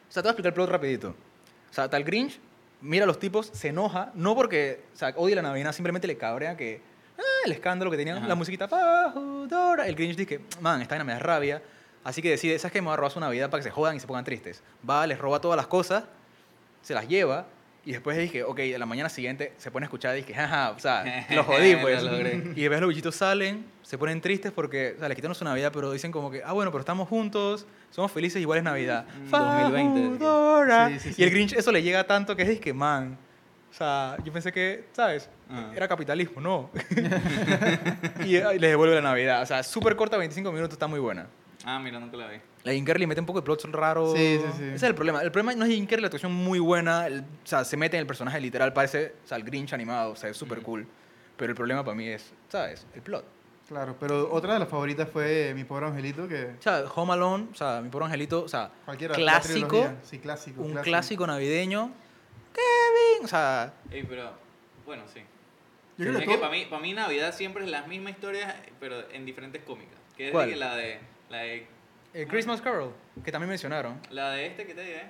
Speaker 1: o sea, te voy a explicar el plot rapidito. O sea, tal Grinch, mira a los tipos, se enoja, no porque, o sea, odie la Navidad, simplemente le cabrea que, ah, el escándalo que tenían,
Speaker 2: Ajá.
Speaker 1: la musiquita "Bajo Dora". El Grinch dice, man, esta vaina me da rabia. Así que decide, ¿sabes qué? Me voy a robar su Navidad para que se jodan y se pongan tristes. Va, les roba todas las cosas, se las lleva. Y después dije, ok, a la mañana siguiente se pone a escuchar y dije, jaja, o sea, lo jodí,
Speaker 2: Lo
Speaker 1: pues.
Speaker 2: logré.
Speaker 1: y después los bichitos salen, se ponen tristes porque, o sea, les quitaron su Navidad, pero dicen como que, ah, bueno, pero estamos juntos, somos felices, igual es Navidad.
Speaker 2: Mm,
Speaker 1: Bajo
Speaker 2: 2020.
Speaker 1: Dora.
Speaker 3: Sí, sí,
Speaker 1: Y
Speaker 3: sí.
Speaker 1: el Grinch eso le llega tanto que es que, man, o sea, yo pensé que, ¿sabes?
Speaker 2: Ah.
Speaker 1: Era capitalismo, no. y eh, les devuelve la Navidad. O sea, súper corta, 25 minutos, está muy buena.
Speaker 2: Ah, mira, nunca la vi.
Speaker 1: La Jim Carrey le mete un poco de plots raro.
Speaker 3: Sí, sí, sí.
Speaker 1: Ese es el problema. El problema no es Jim Carrey, la actuación muy buena. el- o sea, se mete en el personaje
Speaker 3: Mm.
Speaker 1: literal, parece, o sea, el Grinch animado, o sea, es súper
Speaker 2: Ujú.
Speaker 1: cool. Pero el problema para mí es, ¿sabes? El plot.
Speaker 3: Claro, pero otra de las favoritas fue Mi Pobre Angelito, que
Speaker 1: O sea, Home Alone, o sea, mi pobre angelito, o sea,
Speaker 3: cualquiera. la
Speaker 1: Clásico,
Speaker 3: trilogía. Sí, clásico.
Speaker 1: un clásico navideño. Kevin, o sea,
Speaker 2: Ey, pero bueno, sí.
Speaker 3: Yo creo
Speaker 2: es
Speaker 3: que,
Speaker 2: que
Speaker 3: todo-
Speaker 2: para mí, para mí Navidad siempre es la misma historia, pero en diferentes cómicas. Que es
Speaker 1: ¿Cuál?
Speaker 2: de que la de la de
Speaker 1: eh, Christmas Carol, que también mencionaron.
Speaker 2: la de este que te dije.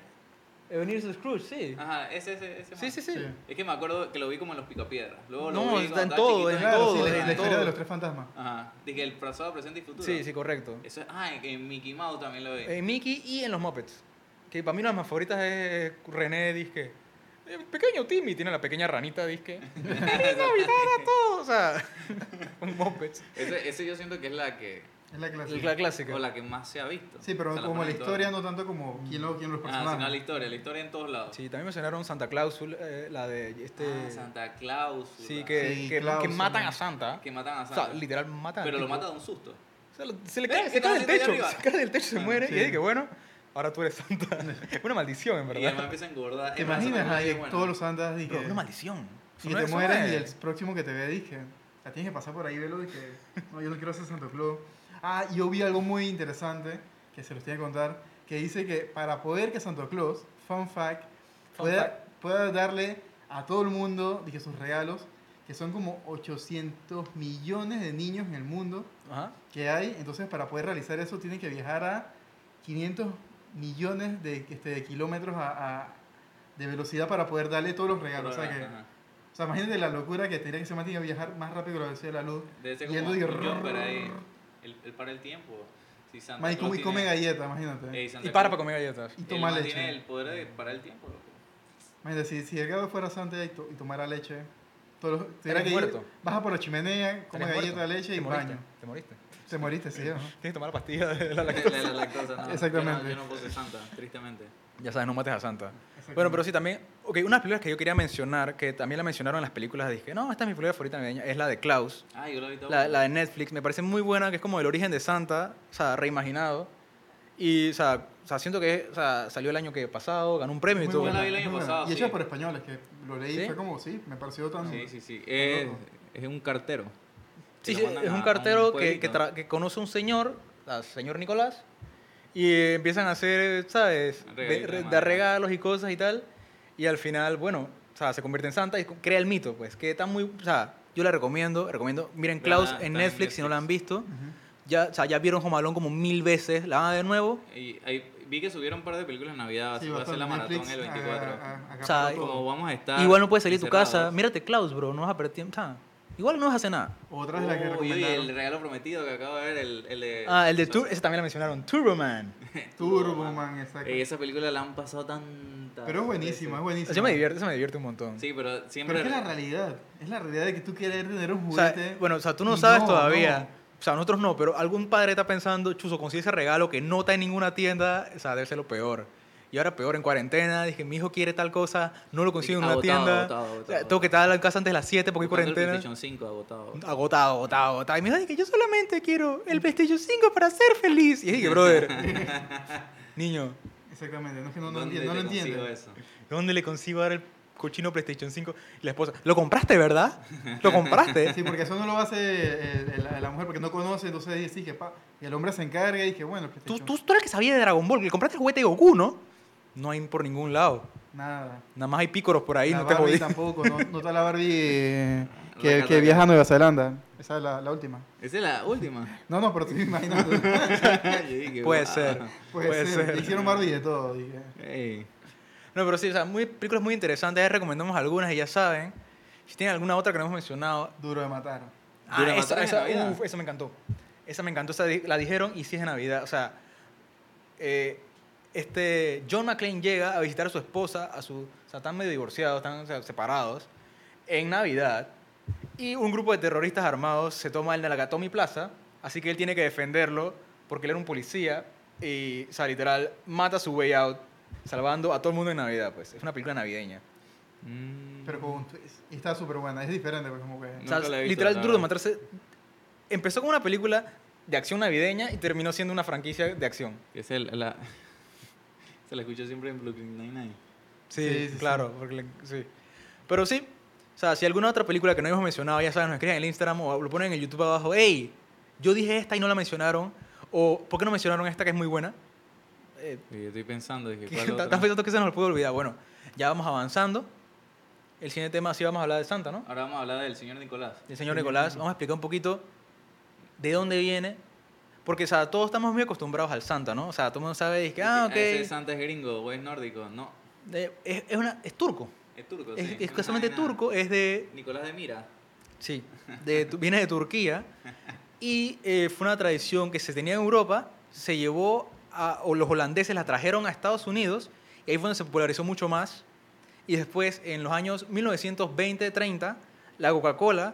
Speaker 1: Ebenezer Scrooge, sí.
Speaker 2: Ajá, ese ese ese.
Speaker 1: Sí,
Speaker 2: man.
Speaker 1: sí, sí.
Speaker 3: Sí.
Speaker 2: Es que me acuerdo que lo vi como en los picapiedras. Luego lo
Speaker 1: No,
Speaker 2: vi
Speaker 1: está
Speaker 2: cuando
Speaker 1: en
Speaker 2: estaba
Speaker 1: todo,
Speaker 2: chiquito,
Speaker 1: en
Speaker 3: Claro,
Speaker 1: todo,
Speaker 3: sí, la,
Speaker 1: en
Speaker 3: la historia
Speaker 1: todo.
Speaker 3: de los tres fantasmas.
Speaker 2: Ajá. Dije el pasado, presente y futuro.
Speaker 1: Sí, sí, correcto.
Speaker 2: Eso es, ah, en- en Mickey Mouse también lo vi.
Speaker 1: En Eh, Mickey y en los Muppets. Que para mí una de mis favoritas es René Disque. El pequeño Timmy tiene la pequeña ranita Disque. ¡Feliz Navidad a todos! O sea, un Muppets.
Speaker 2: Ese, ese yo siento que es la que
Speaker 3: Es la clásica.
Speaker 1: La clásica.
Speaker 2: o la que más se ha visto.
Speaker 3: Sí, pero
Speaker 2: O sea,
Speaker 3: como la
Speaker 2: ponen
Speaker 3: historia,
Speaker 2: todas.
Speaker 3: no tanto como quién, lo, quién los
Speaker 2: Ah, sino
Speaker 3: personajes.
Speaker 2: la historia, la historia en todos lados.
Speaker 1: Sí, también mencionaron Santa Claus, eh, la de este.
Speaker 2: Ah, Santa Claus.
Speaker 1: sí, que,
Speaker 3: Sí,
Speaker 1: que,
Speaker 3: Claus,
Speaker 1: que matan
Speaker 3: ¿no?
Speaker 1: a Santa.
Speaker 2: que matan a
Speaker 1: O sea,
Speaker 2: Santa.
Speaker 1: literal matan. al
Speaker 2: pero lo
Speaker 1: tipo.
Speaker 2: mata de un susto.
Speaker 1: O sea, lo- se le
Speaker 2: Ve,
Speaker 1: cae,
Speaker 2: Eh, se
Speaker 1: se
Speaker 2: está
Speaker 1: cae del
Speaker 2: haciendo
Speaker 1: techo.
Speaker 2: allá
Speaker 1: Se
Speaker 2: arriba.
Speaker 1: cae del techo, se
Speaker 2: Ah,
Speaker 1: muere.
Speaker 3: sí.
Speaker 1: Y es que bueno, ahora tú eres Santa. una maldición, en
Speaker 2: Y además
Speaker 1: verdad.
Speaker 2: empieza a engordar.
Speaker 3: ¿Te
Speaker 2: Es más,
Speaker 3: imaginas
Speaker 2: esa película
Speaker 3: ahí
Speaker 2: es buena.
Speaker 3: todos los andas y
Speaker 1: Pero
Speaker 3: que-
Speaker 1: una maldición. Eso
Speaker 3: y
Speaker 1: no
Speaker 3: te
Speaker 1: es- eso no
Speaker 3: mueres y
Speaker 1: es-
Speaker 3: el próximo que te ve dije, la tienes que pasar por ahí, velo, dije, no, yo no quiero hacer Santo Claus. Ah, yo vi algo muy interesante que se los tiene que contar, que dice que para poder que Santo Claus, fun fact,
Speaker 1: Fun
Speaker 3: pueda, pueda darle a todo el mundo, dije, sus regalos, que son como 800 millones de niños en el mundo
Speaker 1: Ajá.
Speaker 3: que hay, entonces para poder realizar eso tienen que viajar a 500 millones de, este, de kilómetros a- a- de velocidad para poder darle todos los
Speaker 2: Pero,
Speaker 3: regalos. o sea que-
Speaker 2: ajá.
Speaker 3: o sea, imagínate la locura que tenía que se mantiene viajar más rápido que la velocidad de la luz.
Speaker 2: Debe ser
Speaker 3: Y él
Speaker 2: como
Speaker 3: lo dijo,
Speaker 2: un jumper ahí. El, el para el tiempo. Si Santa
Speaker 3: Más y come,
Speaker 2: Claus
Speaker 3: y come
Speaker 2: tiene-
Speaker 3: galletas, imagínate.
Speaker 2: Ey, Santa
Speaker 1: Y para para
Speaker 2: Claus-
Speaker 1: comer galletas.
Speaker 3: y
Speaker 2: el
Speaker 3: toma
Speaker 2: man
Speaker 3: leche.
Speaker 2: Tiene el poder de parar el tiempo, loco.
Speaker 3: Imagínate, si, si el gato fuera santo y, to- y tomara leche, todos los- tuviera
Speaker 1: Eres
Speaker 3: que ir,
Speaker 1: muerto.
Speaker 3: baja por la chimenea, come
Speaker 1: Estarías
Speaker 3: galleta,
Speaker 1: muerto.
Speaker 3: leche
Speaker 1: Te
Speaker 3: y
Speaker 1: moriste,
Speaker 3: baño.
Speaker 1: Te moriste.
Speaker 3: Te moriste, sí, ¿no?
Speaker 1: Tienes que tomar la pastilla de la lactosa.
Speaker 2: La, la lactosa, no.
Speaker 3: Exactamente.
Speaker 2: Yo no, yo no puedo ser Santa, tristemente.
Speaker 1: Ya sabes, no mates a Santa. Bueno, pero sí también. Ok, unas películas que yo quería mencionar, que también la mencionaron en las películas, dije, no, esta es mi película favorita navideña, es la de Klaus,
Speaker 2: Ah, yo lo he visto.
Speaker 1: la, la de Netflix. Me parece muy buena, que es como el origen de Santa, o sea, reimaginado. Y, o sea, o sea, siento que o sea, salió el año que pasado, ganó un premio y
Speaker 3: Muy
Speaker 1: todo.
Speaker 2: buena.
Speaker 3: buena,
Speaker 2: Yo la vi el año
Speaker 3: muy buena.
Speaker 2: pasado,
Speaker 3: Y hecha
Speaker 2: sí.
Speaker 3: por españoles, que lo leí
Speaker 1: ¿Sí?
Speaker 3: fue como, sí, me pareció tan...
Speaker 2: Sí, sí, sí. Es,
Speaker 3: loco.
Speaker 2: es un cartero.
Speaker 1: Sí,
Speaker 2: Que
Speaker 1: sí,
Speaker 2: lo mandan
Speaker 1: es
Speaker 2: a- a
Speaker 1: un cartero que,
Speaker 2: pueblito.
Speaker 1: que, tra- que conoce a un señor, al señor Nicolás, y eh, empiezan a hacer, ¿sabes?
Speaker 2: Regalito
Speaker 1: De,
Speaker 2: de
Speaker 1: re-
Speaker 2: Navidad.
Speaker 1: dar regalos y cosas y tal. Y al final, bueno, o sea, se convierte en santa y co- crea el mito, pues, que está muy... O sea, yo la recomiendo, recomiendo. Miren
Speaker 2: Veanla,
Speaker 1: Klaus
Speaker 2: está en
Speaker 1: en Netflix si no la han visto.
Speaker 3: Ujú.
Speaker 1: Ya, o sea, ya vieron Jomalón como mil veces, la van a ver de nuevo.
Speaker 2: Y ahí- vi que subieron un par de películas en Navidad.
Speaker 3: Sí,
Speaker 2: se va a hacer la
Speaker 3: bastante.
Speaker 2: maratón
Speaker 3: Netflix, ah,
Speaker 2: el 24.
Speaker 3: a- a- acaparó
Speaker 1: O sea,
Speaker 3: todo.
Speaker 2: Como vamos a estar.
Speaker 1: Igual no puedes salir de tu casa.
Speaker 2: encerrados.
Speaker 1: Mírate Klaus, bro, no vas a perder tiempo. O sea, igual no vas a hacer nada.
Speaker 3: Otra de las que
Speaker 2: Uy, uy,
Speaker 3: recomendaron.
Speaker 2: el regalo prometido que acabo de ver, el, el de.
Speaker 1: Ah, el de Tur ese también la mencionaron, Turbo Man.
Speaker 3: Turboman, exacto.
Speaker 2: Ey, esa película la han pasado tantas.
Speaker 3: Pero es buenísima,
Speaker 2: veces.
Speaker 3: es buenísima.
Speaker 1: Eso me divierte, eso me divierte un montón.
Speaker 2: Sí, pero siempre.
Speaker 3: Pero es que la realidad, es la realidad de que tú quieres tener un
Speaker 1: O
Speaker 3: juguete.
Speaker 1: sea, bueno, o sea, tú
Speaker 3: y
Speaker 1: eh. no sabes todavía. O sea, nosotros no, pero algún padre está pensando, Chuzo, consigue ese regalo que no está en ninguna tienda, o sea, debe ser lo peor. Y ahora peor, en cuarentena, dije, mi hijo quiere tal cosa, no lo consigue en una
Speaker 2: Agotado,
Speaker 1: tienda.
Speaker 2: agotado,
Speaker 1: O sea,
Speaker 2: agotado.
Speaker 1: Tengo que estar en casa antes de las 7 porque hay
Speaker 2: buscando el
Speaker 1: cuarentena.
Speaker 2: PlayStation 5 agotado.
Speaker 1: Agotado, agotado, agotado. Y me dice que yo solamente quiero el PlayStation 5 para ser feliz. Y dije, brother, niño,
Speaker 3: Exactamente, no es que no, no,
Speaker 2: ¿Dónde
Speaker 3: entiende- no
Speaker 2: te
Speaker 3: lo
Speaker 2: consigo
Speaker 3: entiendes.
Speaker 2: eso?
Speaker 1: ¿dónde le consigo ahora el cochino PlayStation 5? Y la esposa, ¿lo compraste, verdad? ¿Lo compraste?
Speaker 3: Sí, porque eso no lo hace el- el- la mujer porque no conoce, entonces dice sí, que pa, y el hombre se encarga y que bueno, el
Speaker 1: Tú,
Speaker 3: PlayStation,
Speaker 1: tú, tú eras el que sabía de Dragon Ball, le compraste el juguete de Goku, ¿no? No hay por ningún lado.
Speaker 3: nada.
Speaker 1: Nada más hay pícoros por ahí,
Speaker 3: la
Speaker 1: no te
Speaker 3: Barbie
Speaker 1: jodí.
Speaker 3: tampoco, no, no está la Barbie eh, que,
Speaker 2: Raca,
Speaker 3: que
Speaker 2: raca.
Speaker 3: viaja a Nueva Zelanda. Esa es la, la última.
Speaker 2: Esa es la última.
Speaker 3: No, no, pero tú imagínate.
Speaker 2: Yo dije,
Speaker 1: Puede
Speaker 2: wow.
Speaker 1: ser.
Speaker 3: Puede, ser. Hicieron Barbie de todo. dije.
Speaker 2: Ey.
Speaker 1: No, pero sí, o sea, muy, películas muy interesantes. Ya recomendamos algunas y ya saben. Si tienen alguna otra que no hemos mencionado.
Speaker 3: Duro de matar.
Speaker 1: Ah,
Speaker 2: Duro de
Speaker 1: esa,
Speaker 2: Matar es de
Speaker 1: esa-
Speaker 2: Navidad.
Speaker 1: uf, esa me encantó. Esa me encantó. esa di- la dijeron y sí es de Navidad. O sea, eh, este, John McClane llega a visitar a su esposa, a su, o sea, están medio divorciados, están o sea, separados, en Navidad. Y un grupo de terroristas armados se toma el Nakatomi Plaza, así que él tiene que defenderlo porque él era un policía y, o sea, literal, mata su way out, salvando a todo el mundo en Navidad, pues. Es una película navideña.
Speaker 2: Mm.
Speaker 3: Pero con un twist. Y está súper buena. Es diferente, pues como que.
Speaker 1: O sea,
Speaker 2: Nunca la he visto,
Speaker 1: literal,
Speaker 2: la
Speaker 1: Duro de
Speaker 2: verdad.
Speaker 1: Matarse empezó como una película de acción navideña y terminó siendo una franquicia de acción.
Speaker 2: Es el, la... Se la escucho siempre en Brooklyn Nine-Nine.
Speaker 1: Sí,
Speaker 3: Sí, sí,
Speaker 1: claro. porque le- sí. Pero sí, o sea, si alguna otra película que no hemos mencionado, ya saben, nos escriben en el Instagram o lo ponen en el YouTube abajo. ¡Ey! yo dije esta y no la mencionaron, o ¿por qué no mencionaron esta que es muy buena? Eh,
Speaker 2: Y yo estoy pensando, dije,
Speaker 1: que
Speaker 2: ¿cuál
Speaker 1: ta-
Speaker 2: otra?
Speaker 1: Tantas veces que se nos pudo olvidar. Bueno, ya vamos avanzando. El siguiente tema sí vamos a hablar de Santa, ¿no?
Speaker 2: Ahora vamos a hablar del señor Nicolás.
Speaker 1: Del señor Nicolás. Vamos a explicar un poquito de dónde viene. Porque, o sea, todos estamos muy acostumbrados al Santa, ¿no? O sea, todo el mundo sabe, dice, ah, ok.
Speaker 2: Ese Santa es gringo o es nórdico. No,
Speaker 1: eh, es, es una, es turco.
Speaker 2: es turco.
Speaker 1: Es,
Speaker 2: Pues sí.
Speaker 1: es
Speaker 2: Una
Speaker 1: casualmente
Speaker 2: vaina-
Speaker 1: turco, es de
Speaker 2: Nicolás de Mira.
Speaker 1: Sí, de, tu- viene de Turquía y eh, fue una tradición que se tenía en Europa, se llevó a, o los holandeses la trajeron a Estados Unidos y ahí fue donde se popularizó mucho más. Y después, en los años 1920-30, la Coca-Cola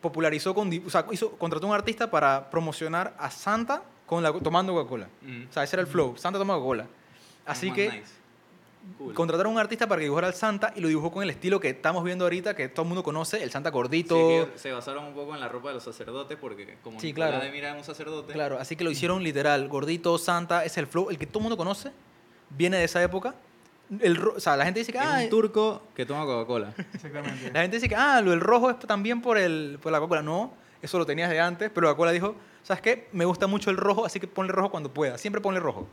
Speaker 1: popularizó, con, di- o sea, hizo, contrató un artista para promocionar a Santa con la, tomando Coca-Cola.
Speaker 2: Mm.
Speaker 1: O sea, ese era el flow, Santa toma Coca-Cola. Así
Speaker 2: Más
Speaker 1: que
Speaker 2: nice. Cool.
Speaker 1: contrataron a un artista para que dibujara al Santa y lo dibujó con el estilo que estamos viendo ahorita, que todo el mundo conoce, el Santa
Speaker 2: Sí,
Speaker 1: gordito,
Speaker 2: que se basaron un poco en la ropa de los sacerdotes porque como
Speaker 1: Sí,
Speaker 2: Nicolás
Speaker 1: claro.
Speaker 2: de Mira es un sacerdote,
Speaker 1: Claro, así que lo hicieron literal. Gordito, Santa, es el flow, el que todo el mundo conoce, viene de esa época. El, ro- o sea, la gente dice que.
Speaker 2: es
Speaker 1: "Ah,
Speaker 2: un turco que toma Coca-Cola.
Speaker 3: Exactamente.
Speaker 1: la gente dice que, ah, lo del rojo es también por, el, por la Coca-Cola. No, eso lo tenías de antes, pero la Coca-Cola dijo, ¿sabes qué? Me gusta mucho el rojo, así que ponle rojo cuando pueda. Siempre ponle rojo.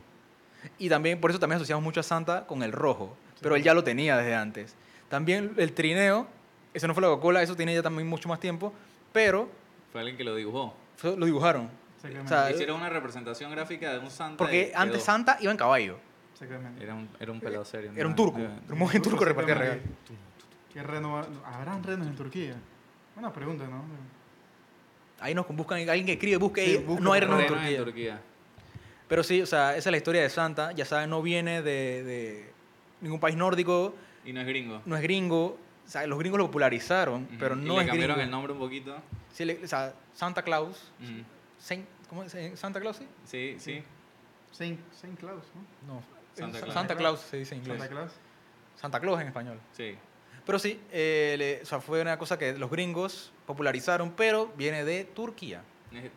Speaker 1: Y también, por eso también asociamos mucho a Santa con el rojo. Pero él ya lo tenía desde antes. También el trineo, eso no fue la Coca-Cola, eso tiene ya también mucho más tiempo, pero
Speaker 2: Fue alguien que lo dibujó.
Speaker 1: fue- lo dibujaron.
Speaker 3: Exactamente.
Speaker 1: sea, Ah,
Speaker 2: Hicieron una representación gráfica de un santa.
Speaker 1: Porque
Speaker 2: y
Speaker 1: antes
Speaker 2: quedó.
Speaker 1: Santa iba en caballo.
Speaker 3: Exactamente.
Speaker 2: Era un, era un pelado serio.
Speaker 1: Era un
Speaker 2: ¿no?
Speaker 1: turco.
Speaker 2: Era-
Speaker 1: Era un joven turco repartía regalos.
Speaker 3: exactamente. ¿Qué reno va- ¿Habrán renos en Turquía? Buena pregunta, ¿no?
Speaker 1: Ahí nos buscan, alguien que escribe, busque,
Speaker 3: Sí,
Speaker 1: ahí,
Speaker 3: busca
Speaker 1: no hay
Speaker 3: por
Speaker 1: renos en
Speaker 2: renos
Speaker 1: Turquía. Pero sí, o sea, esa es la historia de Santa. Ya saben, no viene de, de ningún país nórdico,
Speaker 2: Y no es gringo.
Speaker 1: no es gringo. O sea, los gringos lo popularizaron,
Speaker 2: Ujú.
Speaker 1: pero
Speaker 2: y
Speaker 1: no
Speaker 2: le
Speaker 1: es
Speaker 2: cambiaron
Speaker 1: gringo.
Speaker 2: el nombre un poquito.
Speaker 1: Sí, le- o sea, Santa Claus.
Speaker 2: Ujú.
Speaker 1: Saint- ¿Cómo es? Eh, ¿Santa Claus? Sí?
Speaker 2: Sí, sí.
Speaker 3: Saint, Saint Claus, ¿no?
Speaker 1: No.
Speaker 2: Santa
Speaker 1: Santa Claus.
Speaker 2: Claus.
Speaker 1: se dice en inglés.
Speaker 3: Santa
Speaker 1: Santa,
Speaker 3: Claus.
Speaker 1: Claus en español.
Speaker 2: Sí.
Speaker 1: Pero sí, eh, le- o sea, fue una cosa que los gringos popularizaron, pero viene de Turquía.
Speaker 2: Eh,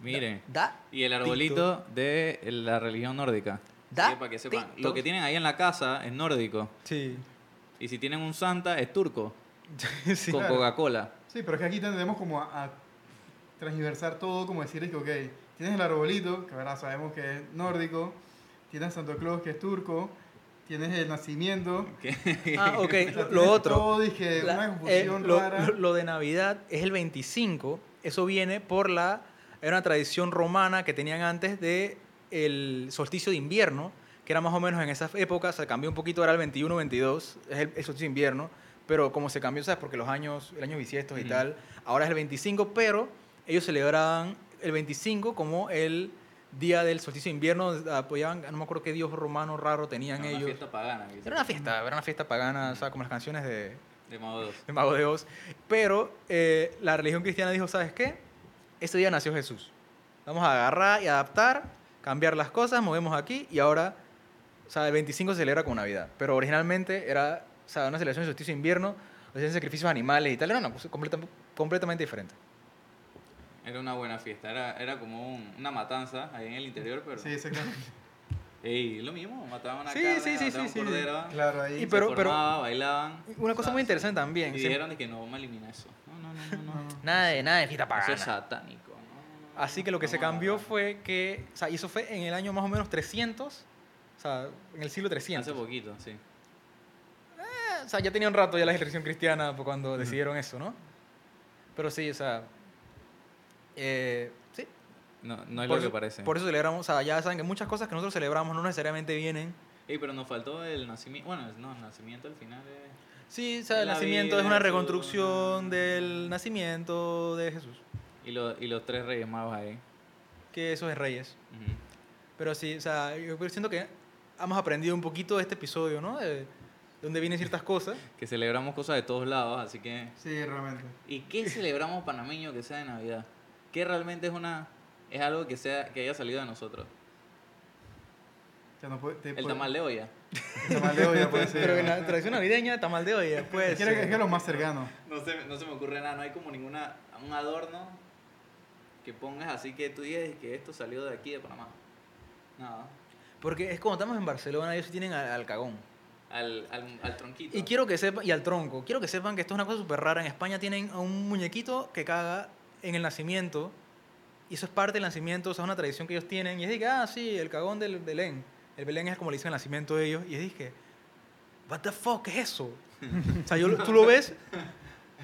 Speaker 2: Miren.
Speaker 1: Da.
Speaker 2: Y el arbolito de la religión nórdica.
Speaker 1: Da-
Speaker 2: Sí, para que sepan.
Speaker 1: titos.
Speaker 2: Lo que tienen ahí en la casa es nórdico.
Speaker 1: Sí.
Speaker 2: Y si tienen un santa, es turco.
Speaker 1: sí.
Speaker 2: con
Speaker 3: Claro.
Speaker 2: Coca-Cola.
Speaker 3: Sí, pero es que aquí tendemos como a, a transversar todo, como decir que, ok, tienes el arbolito, que ahora sabemos que es nórdico, tienes Santo Claus, que es turco, tienes el nacimiento.
Speaker 1: Ah, ok. Lo- Lo
Speaker 3: o sea, tienes
Speaker 1: otro.
Speaker 3: Todo, dije,
Speaker 1: La-
Speaker 3: una
Speaker 1: eh,
Speaker 3: confusión
Speaker 1: lo,
Speaker 3: rara.
Speaker 1: lo- lo de Navidad es el 25. Eso viene por la era una tradición romana que tenían antes de el solsticio de invierno, que era más o menos en esas épocas, se cambió un poquito, era el 21, 22, es el, el solsticio de invierno, pero como se cambió, sabes, porque los años, el año bisiesto y
Speaker 2: Ujú.
Speaker 1: tal, ahora es el 25, pero ellos celebraban el 25 como el día del solsticio de invierno, donde apoyaban, no me acuerdo qué dios romano raro
Speaker 2: Era
Speaker 1: tenían
Speaker 2: una
Speaker 1: ellos.
Speaker 2: fiesta
Speaker 1: Era
Speaker 2: pagana. que
Speaker 1: una
Speaker 2: hicieron
Speaker 1: fiesta, era una fiesta pagana, o sea, como las canciones de,
Speaker 2: De modo dos.
Speaker 1: el mago de Oz. Pero eh, la religión cristiana dijo, ¿sabes qué? Ese día nació Jesús. Vamos a agarrar y adaptar, cambiar las cosas, movemos aquí y ahora, o sea, el 25 se celebra con Navidad. Pero originalmente era, o sea, una celebración de solsticio de invierno, hacían sacrificios animales y tal, era una cosa completa- completamente diferente.
Speaker 2: Era una buena fiesta. Era, era como un- una matanza ahí en el interior, pero.
Speaker 3: Sí, exactamente.
Speaker 2: Ey, lo mismo. Mataban una
Speaker 1: Sí,
Speaker 2: cabra,
Speaker 1: sí, sí,
Speaker 2: mataban
Speaker 1: sí,
Speaker 2: un
Speaker 1: sí.
Speaker 2: cordero.
Speaker 3: Claro, ahí.
Speaker 1: Y
Speaker 2: se
Speaker 1: pero- pero-
Speaker 2: formaba, bailaban.
Speaker 1: Una cosa
Speaker 2: ¿sabes?
Speaker 1: muy interesante
Speaker 2: Y
Speaker 1: también. siempre-
Speaker 2: dijeron de que no, vamos a eliminar eso. No, no, no, no. no.
Speaker 3: No, no.
Speaker 1: Nada de nada de fiesta
Speaker 2: Eso es
Speaker 1: pagana.
Speaker 2: satánico. no, no, no,
Speaker 1: Así que lo que se
Speaker 2: vamos a
Speaker 1: cambió
Speaker 2: matar.
Speaker 1: fue que, o sea, y eso fue en el año más o menos 300, o sea, en el siglo 300.
Speaker 2: Hace poquito, sí.
Speaker 1: O sea, ya tenía un rato ya la religión cristiana pues, cuando decidieron eso, ¿no? Pero sí, o sea. eh, sí.
Speaker 2: No, no es
Speaker 1: por
Speaker 2: lo que
Speaker 1: eso-
Speaker 2: parece.
Speaker 1: Por eso celebramos, o sea, ya saben que muchas cosas que nosotros celebramos no necesariamente vienen.
Speaker 2: Ey, pero nos faltó el nacimiento. Bueno, es- no, el nacimiento al final es.
Speaker 1: Sí, o sea, el
Speaker 2: La
Speaker 1: nacimiento es
Speaker 2: vida,
Speaker 1: una
Speaker 2: Jesús.
Speaker 1: reconstrucción del nacimiento de Jesús,
Speaker 2: Y, lo- y los tres reyes magos ahí.
Speaker 1: que eso es Reyes.
Speaker 2: Ujú.
Speaker 1: Pero sí, o sea, yo siento que hemos aprendido un poquito de este episodio, ¿no? De, de dónde vienen ciertas cosas.
Speaker 2: Que celebramos cosas de todos lados, así que.
Speaker 3: Sí, realmente.
Speaker 2: ¿Y qué celebramos panameño que sea de Navidad? ¿Qué realmente es una es algo que sea que haya salido de nosotros?
Speaker 3: Ya no puede- te
Speaker 2: El
Speaker 3: puede-
Speaker 2: tamal de olla.
Speaker 3: El tamal de olla puede ser.
Speaker 1: Pero en la tradición navideña, tamal de olla, pues.
Speaker 3: Es que es que es lo más cercano.
Speaker 2: No se, no se me ocurre nada, no hay como ninguna un adorno que pongas así que tú digas que esto salió de aquí de Panamá. No.
Speaker 1: Porque es como estamos en Barcelona, ellos sí tienen al, al cagón.
Speaker 2: Al, al, al tronquito.
Speaker 1: Y quiero que sepan, y al tronco, quiero que sepan que esto es una cosa súper rara. En España tienen a un muñequito que caga en el nacimiento Y eso es parte del nacimiento, o sea, es una tradición que ellos tienen. Y es de que, ah, sí, el cagón del Belén. El Belén es como le dicen el nacimiento de ellos. Y es de que, what the fuck es eso? o sea, yo lo- tú lo ves,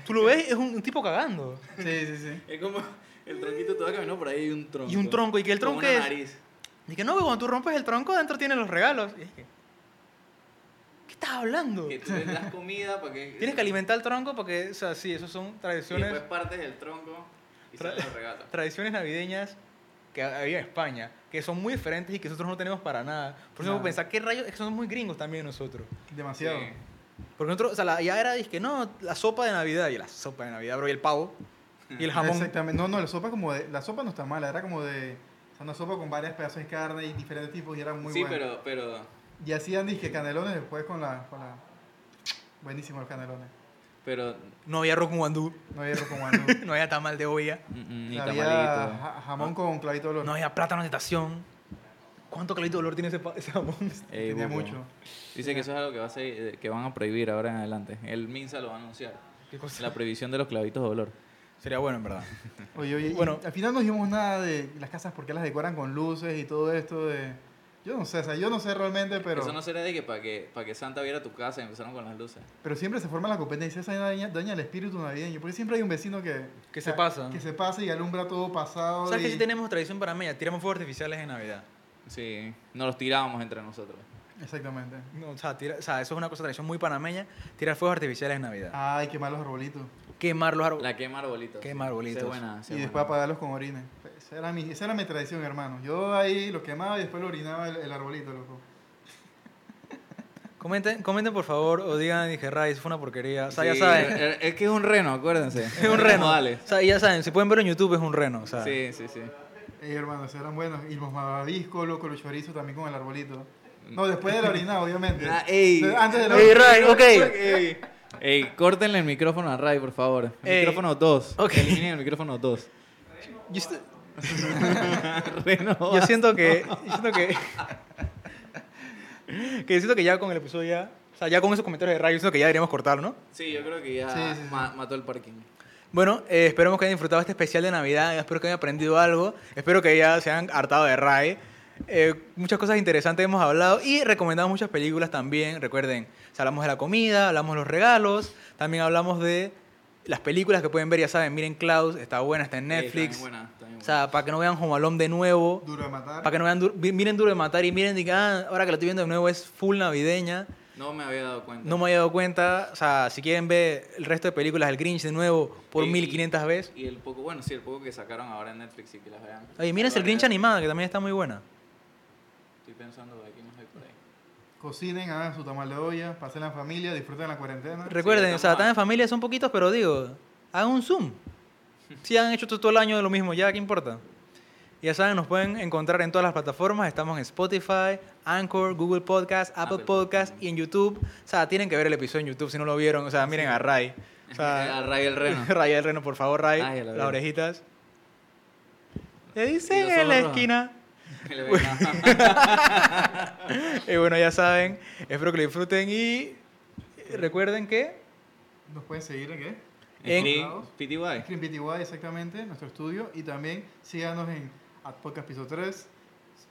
Speaker 1: tú lo ves, es un, un tipo cagando.
Speaker 3: Sí, sí, sí.
Speaker 2: Es como el tronquito todo caminó por ahí y un tronco.
Speaker 1: Y un tronco, y que el
Speaker 2: Con
Speaker 1: tronco
Speaker 2: una
Speaker 1: es-
Speaker 2: nariz.
Speaker 1: Y que no, pero cuando tú rompes el tronco, dentro tiene los regalos. Y es que, ¿qué estás hablando?
Speaker 2: Que tú le das comida para que.
Speaker 1: Tienes que alimentar el tronco porque, o sea, sí, eso son
Speaker 2: Y
Speaker 1: tradiciones.
Speaker 2: después partes el tronco y
Speaker 1: Tra-
Speaker 2: sale los regalos.
Speaker 1: tradiciones navideñas que había en España, que son muy diferentes y que nosotros no tenemos para nada. Por eso
Speaker 3: Nada.
Speaker 1: pensar ¿qué rayos? Es que somos muy gringos también nosotros.
Speaker 3: Demasiado.
Speaker 2: Sí.
Speaker 1: Porque nosotros, o sea, la- ya era, que no, la sopa de Navidad, y la sopa de Navidad, bro, y el pavo, y el jamón.
Speaker 3: Exactamente. No, no, la sopa como de, la sopa no está mala, era como de o sea, una sopa con varios pedazos de carne y diferentes tipos y era muy
Speaker 2: sí,
Speaker 3: buena.
Speaker 2: pero, pero,
Speaker 3: Y hacían disque canelones después con la, con la buenísimo los canelones.
Speaker 2: pero
Speaker 1: No había arroz con guandú,
Speaker 3: No había arroz con guandú.
Speaker 1: no había tamal de olla,
Speaker 2: mm, mm, ni
Speaker 3: había
Speaker 2: tamalito.
Speaker 3: ja- jamón con clavito de olor.
Speaker 1: no eh, había plátano de estación. ¿Cuánto calito de olor tiene ese, pa- ese jamón?
Speaker 2: Ey,
Speaker 3: Tenía
Speaker 2: Bubu.
Speaker 3: mucho.
Speaker 2: Dice que eso es algo que, va a ser- eh, que van a prohibir ahora en adelante. El Minsa lo va a anunciar.
Speaker 1: ¿Qué cosa?
Speaker 2: La prohibición de los clavitos de olor.
Speaker 1: Sería bueno, en verdad.
Speaker 3: Oye, oye, y
Speaker 1: Bueno.
Speaker 3: al final no dijimos nada de las casas porque las decoran con luces y todo esto de yo no sé, o sea, yo no sé realmente, pero
Speaker 2: Eso no será de que para que, para que Santa viera tu casa y empezaron con las luces.
Speaker 3: pero siempre se forma la competencia, esa daña, daña el espíritu navideño, porque siempre hay un vecino que
Speaker 1: Que se pasa.
Speaker 3: que se pasa y alumbra todo pasado
Speaker 1: ¿Sabes que
Speaker 3: y-
Speaker 1: si tenemos tradición para media? Tiramos fuegos artificiales en Navidad.
Speaker 2: Sí, nos los tirábamos entre nosotros.
Speaker 3: Exactamente.
Speaker 1: No, o, sea, tira- o sea, eso es una cosa tradición muy panameña, tirar fuegos artificiales en Navidad.
Speaker 2: Ah.
Speaker 3: Ay, qué malos arbolitos.
Speaker 1: Quemar los árboles.
Speaker 2: La quema arbolitos.
Speaker 1: Quema arbolitos.
Speaker 2: Esa es buena, esa
Speaker 3: Y
Speaker 2: es
Speaker 3: después
Speaker 2: buena.
Speaker 3: apagarlos con orines. Esa era mi, esa era mi tradición, hermano. Yo ahí lo quemaba y después lo orinaba el, el arbolito, loco.
Speaker 1: Comenten, comenten por favor o digan, dije, Ray, eso fue una porquería. O sea,
Speaker 2: Sí,
Speaker 1: ya saben,
Speaker 2: er- Es que es un reno, acuérdense.
Speaker 1: es un reno. Ah.
Speaker 2: Dale.
Speaker 1: O sea, ya saben, si pueden ver en YouTube es un reno. O sea,
Speaker 2: Sí, sí, sí.
Speaker 3: Ey, hermano, esos eran buenos. Y los mababiscos, loco, los chorizos también con el arbolito. No, después de la orina, obviamente.
Speaker 2: Ah,
Speaker 1: eh.
Speaker 2: ey.
Speaker 3: Antes de la
Speaker 1: Ey, Ray, ok.
Speaker 2: Ey, ey, córtenle el micrófono a Ray, por favor. El
Speaker 1: Ey.
Speaker 2: Micrófono 2.
Speaker 1: Ok.
Speaker 2: Eliminen el micrófono 2.
Speaker 1: Yo, estoy-
Speaker 2: Reno.
Speaker 1: Ah, yo siento que. Yo siento que. que yo siento que ya con el episodio ya. O sea, ya con esos comentarios de Ray, yo siento que ya deberíamos cortarlo, ¿no?
Speaker 2: Sí, yo creo que ya
Speaker 3: Sí, sí, sí.
Speaker 2: ma- mató el parking.
Speaker 1: Bueno, eh, esperemos que hayan disfrutado este especial de Navidad. Espero que hayan aprendido algo. Espero que ya se hayan hartado de RAE. Eh, muchas cosas interesantes hemos hablado y recomendamos muchas películas también. Recuerden, o sea, hablamos de la comida, hablamos de los regalos, también hablamos de las películas que pueden ver. Ya saben, miren Klaus, está buena, está en
Speaker 2: Ey,
Speaker 1: Netflix.
Speaker 2: está bien buena, está bien
Speaker 1: O sea, para que no vean Home Alone de nuevo,
Speaker 3: Duro de matar.
Speaker 1: para que no vean, Dur- vi- miren Duro de Matar y miren, digan, "Ah, ahora que lo estoy viendo de nuevo es full navideña.
Speaker 2: buena. no me había dado cuenta.
Speaker 1: No me había dado cuenta. O sea, si quieren ver el resto de películas, el Grinch de nuevo por
Speaker 2: Y-
Speaker 1: 1500 veces.
Speaker 2: Y el poco, bueno, sí, el poco que sacaron ahora en Netflix y que las vean.
Speaker 1: Oye, miren el Grinch animada, que también está muy buena.
Speaker 2: Estoy pensando de aquí no hay por ahí.
Speaker 3: Cocinen, hagan su tamal de olla, pasen la familia, disfruten la cuarentena.
Speaker 1: Recuerden, o sea,
Speaker 2: estamos
Speaker 1: están
Speaker 2: mal.
Speaker 1: en familia, son poquitos, pero digo, hagan un Zoom. Si han hecho todo el año lo mismo, ya, ¿qué importa? Ya saben, nos pueden encontrar en todas las plataformas. Estamos en Spotify, Anchor, Google Podcast, Apple,
Speaker 2: Apple
Speaker 1: Podcast
Speaker 2: Podcast.
Speaker 1: y en YouTube. O sea, tienen que ver el episodio en YouTube si no lo vieron. O sea, miren a Ray. O
Speaker 2: a
Speaker 1: sea,
Speaker 2: Ray el Reno.
Speaker 1: Ray el Reno, por favor, Ray.
Speaker 2: Ay, a la
Speaker 1: las
Speaker 2: verga.
Speaker 1: orejitas. Le dicen
Speaker 2: ojos
Speaker 1: en la
Speaker 2: rojos.
Speaker 1: esquina.
Speaker 2: El venado.
Speaker 1: Y bueno, ya saben, espero que lo disfruten y recuerden que...
Speaker 3: ¿Nos pueden seguir en qué?
Speaker 1: En-
Speaker 2: Scream, PTY.
Speaker 3: Screen PTY, exactamente, nuestro estudio. Y también síganos en at Podcast Piso 3.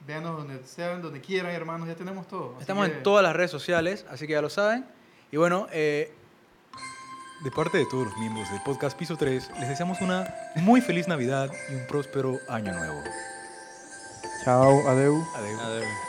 Speaker 3: Véanos donde sean, donde quieran, hermanos. Ya tenemos todo. Así
Speaker 1: Estamos
Speaker 3: que-
Speaker 1: en todas las redes sociales, así que ya lo saben. Y bueno, eh, de parte de todos los miembros del podcast Piso 3, les deseamos una muy feliz Navidad y un próspero año nuevo.
Speaker 3: Chao, adeu.
Speaker 1: Adiós.
Speaker 2: Adeu.